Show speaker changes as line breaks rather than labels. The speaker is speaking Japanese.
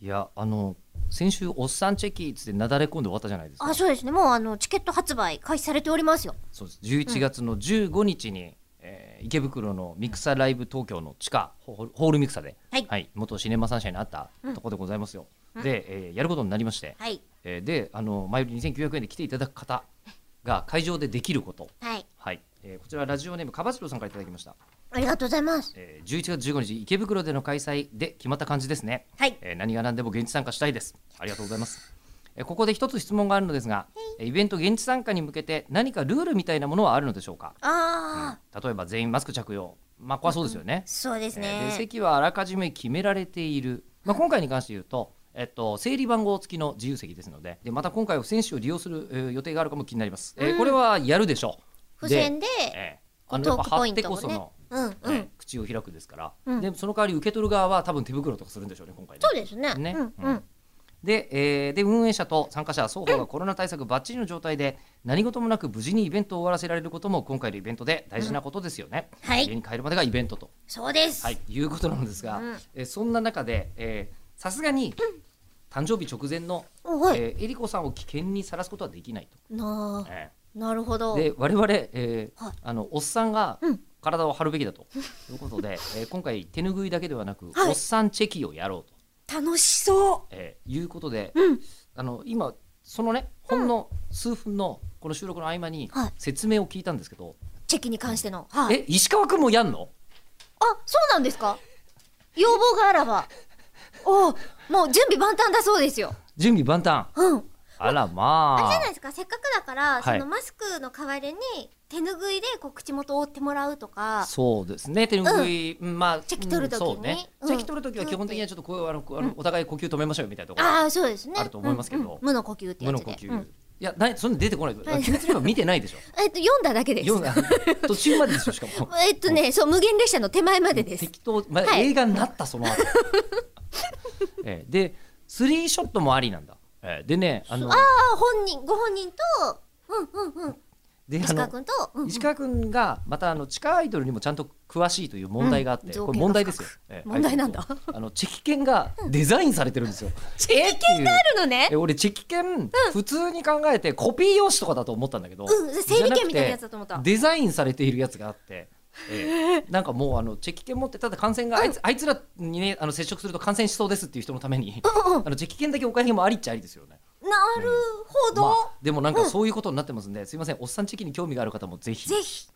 いやあの先週おっさんチェキっつってなだれ込んで終わったじゃないですか
あ、そうですね。もうあのチケット発売開始されておりますよ。
そうです11月の15日に、えー池袋のミクサライブ東京の地下ホールホールミクサで、
はい
元シネマサンシャインにあったところでございますよ、で、えーやることになりまして、
はい
えーであの前売り2900円で来ていただく方が会場でできること、
はい。
はいえーこちらラジオネームかばちろうさんからいただきました、
ありがとうございます。
えー11月15日池袋での開催で決まった感じですね
はい。
えー何が何でも現地参加したいですありがとうございます、えーここで一つ質問があるのですが、えーイベント現地参加に向けて何かルールみたいなものはあるのでしょうか
ああ、
例えば全員マスク着用まあこれはそうですよね、
そうです
えーで
ね。
席はあらかじめ決められている、まあ、今回に関して言うとえっと、整理番号付きの自由席ですのででまた今回は選手を利用する、えー予定があるかも気になります、えーこれはやるでしょう
付箋で
で、えーあのや
ト
っぱ
ークポイ
貼っ
ン
て
ト
こ
も
そ
ね
の、。
うんう
えー
ん。
口を開くですから、
うん
でその代わり受け取る側は多分手袋とかするんでしょうね今回ね
そうですね。
ね
うんうん。
で,、えーで運営者と参加者双方がコロナ対策ばっちりの状態で何事もなく無事にイベントを終わらせられることも今回のイベントで大事なことですよね、
うんはい
家に帰るまでがイベントと、
そうです。
はい、いうことなんですが、
うん
えーそんな中でえーさすがに誕生日直前の、
おはい。
えーえりこさんを危険にさらすことはできないと、
なあ、
え
なるほ
ー
ど。はい。
で我々、えー
はい
あのおっさんが
うん
体を張るべきだということで、えー今回手拭いだけではなく、
はい
おっさんチェキをやろうと。
楽しそ
えーいうことで、
うん
あの今そのねほんの数分のこの収録の合間に
はい
説明を聞いたんですけど、
う。チェキに関しての。はい。
え石川君もやんの
あ、そうなんですか。要望があらば。おお、もう準備万端だそうですよ。
準備万端
うん。
あら
あれじゃ
ま
ないですかせっかくだから、
はい
そのマスクの代わりに手拭いでこう口元を覆ってもらうと
あ
か
そうですね手ぬぐい、うんまあ
チェキ取る時に
うんそうね
うん
チェキ取る時は基本的にはちょっとこうあのこうあのお互い呼吸止めましょうよみたいなところ、
ああ、そうですね。
あると思いますけど
うんうん無の呼吸ってや
無
つで。
の呼吸、
うん
いやなそんな出てこない
はい
鬼滅の刃見てないでしょ
えっと読んだだけです
読んだ 途中まででしょしか も
えっとね、そう、無限列車の手前までです。
適当、まあ
はい
映画になったその後、えーでスリーショットもありなんだ、えーでねあの
あ本人ご本人とうんうんうん
で
石
あ
川
の
君と、うんうん
石川君がまたあの地下アイドルにもちゃんと詳しいという問題があって、
うん造形
これ問題ですよ、ええ
問題なんだ
アイドルとあのチェキ犬がデザインされてるんで すよ、チェキ犬が
あるのね。
俺チェキ犬、普通に考えてコピー用紙とかだと思ったんだけど、
うん整理券みたいなやつだと思った
じゃなくてデザインされているやつがあ って、ええなんかもうあのチェキ犬持ってただ感染が、あいつあいつらにねあの接触すると感染しそうですっていう人のために、
うんうん
あのチェキ犬だけお金もありっちゃありですよね
なるほど、
まあ、でもなんかそういうことになってますんで、すいませんおっさんチェキに興味がある方もぜひ
ぜひ